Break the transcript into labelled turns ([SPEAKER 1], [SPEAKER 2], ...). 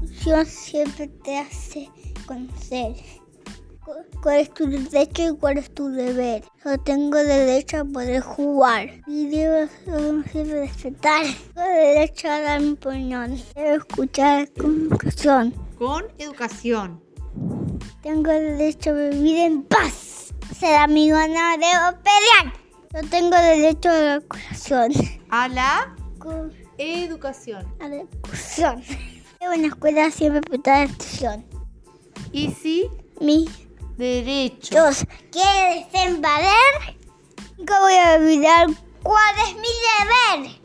[SPEAKER 1] religión siempre te hace conocer cu- cuál es tu derecho y cuál es tu deber. Yo tengo derecho a poder jugar y debo siempre respetar. Tengo derecho a dar mi opinión. Debo escuchar con educación.
[SPEAKER 2] Con educación.
[SPEAKER 1] Tengo derecho a vivir en paz. Ser amigo no debo pelear. Yo tengo derecho a la corazón.
[SPEAKER 2] A la educación.
[SPEAKER 1] A la educación. Debo en la escuela siempre prestar atención.
[SPEAKER 2] Y si
[SPEAKER 1] Mi
[SPEAKER 2] derecho.
[SPEAKER 1] Dios, ¿quieres invadir? Nunca voy a olvidar cuál es mi deber.